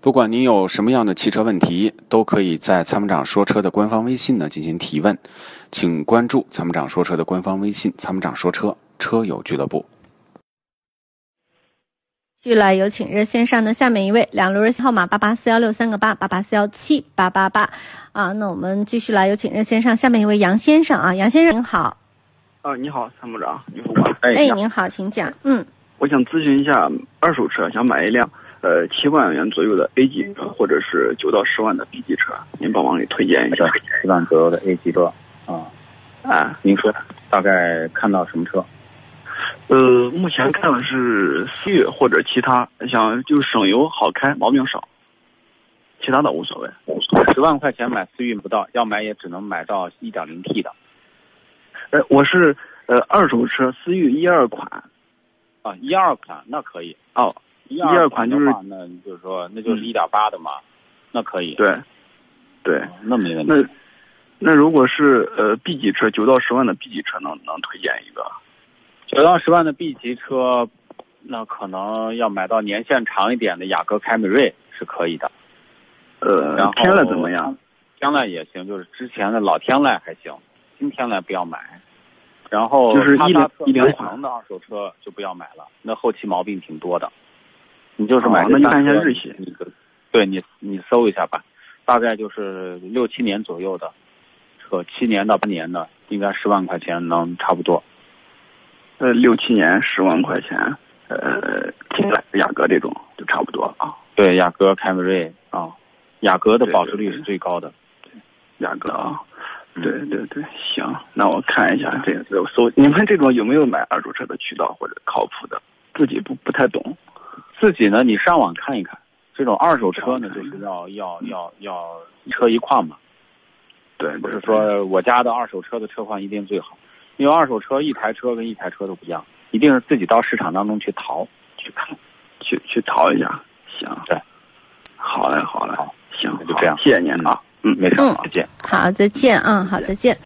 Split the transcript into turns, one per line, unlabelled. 不管您有什么样的汽车问题，都可以在参谋长说车的官方微信呢进行提问，请关注参谋长说车的官方微信“参谋长说车车友俱乐部
续来有请热线上的下面一位，两路热线号码八八四幺六三个八八八四幺七八八八啊，那我们继续来有请热线上下面一位杨先生啊，杨先生您好，
啊，你好，参谋长，你好，我
哎
你好
您好，请讲，嗯，
我想咨询一下二手车，想买一辆呃七万元左右的 A 级车，或者是九到十万的 B 级车，您帮忙给推荐一下。
一万左右的 A 级车啊。
啊，
您说大概看到什么车？
呃，目前看的是思域或者其他，想就是省油好开，毛病少，其他的无所谓。
十万块钱买思域不到，要买也只能买到一点零 T 的
呃，我是呃二手车思域一二款
啊，一二款那可以。
哦，
一
12
款
款
的
就是
话，那就是说那就是一点八的嘛，那可以。
对，对，
嗯，那没问题。
那那如果是呃 B 级车九到十万的 B 级车能能推荐一个？
九到十万的 B 级车，那可能要买到年限长一点的雅阁凯美瑞是可以的，
呃
然后，
天籁怎么样？？
天籁也行，就是之前的老天籁还行，新天籁不要买。然后
就是
它
一
搭
两
车
一两
买
款
能的二手车就不要买了，那后期毛病挺多的。你就是买
哦
这
那就
大
看一下
车
日系
你你对你你搜一下吧，大概就是六七年左右的车，七年到八年的，应该十万块钱能差不多。
呃，六七年十万块钱，呃，天籁、雅阁这种就差不多了啊。
对，雅阁、凯美瑞啊，雅阁的保值率
对对
是最高的。
雅阁啊，
嗯
对对对，行，那我看一下这个，我搜你们这种有没有买二手车的渠道或者靠谱的？自己不不太懂，
自己呢，你上网看一看，这种二手车
上网
呢，就
看一
是
看
要要要要一车一况嘛，
对，
不
对
是
对
说我家的二手车的车况一定最好，因为二手车一台车跟一台车都不一样，一定是自己到市场当中去淘去看。
去去淘一下，行，
对，
好嘞好嘞
好，
行，
那就
好
这样
谢谢您啊，嗯，
没事儿
嗯
啊，再见。
好，再见啊，好，再见。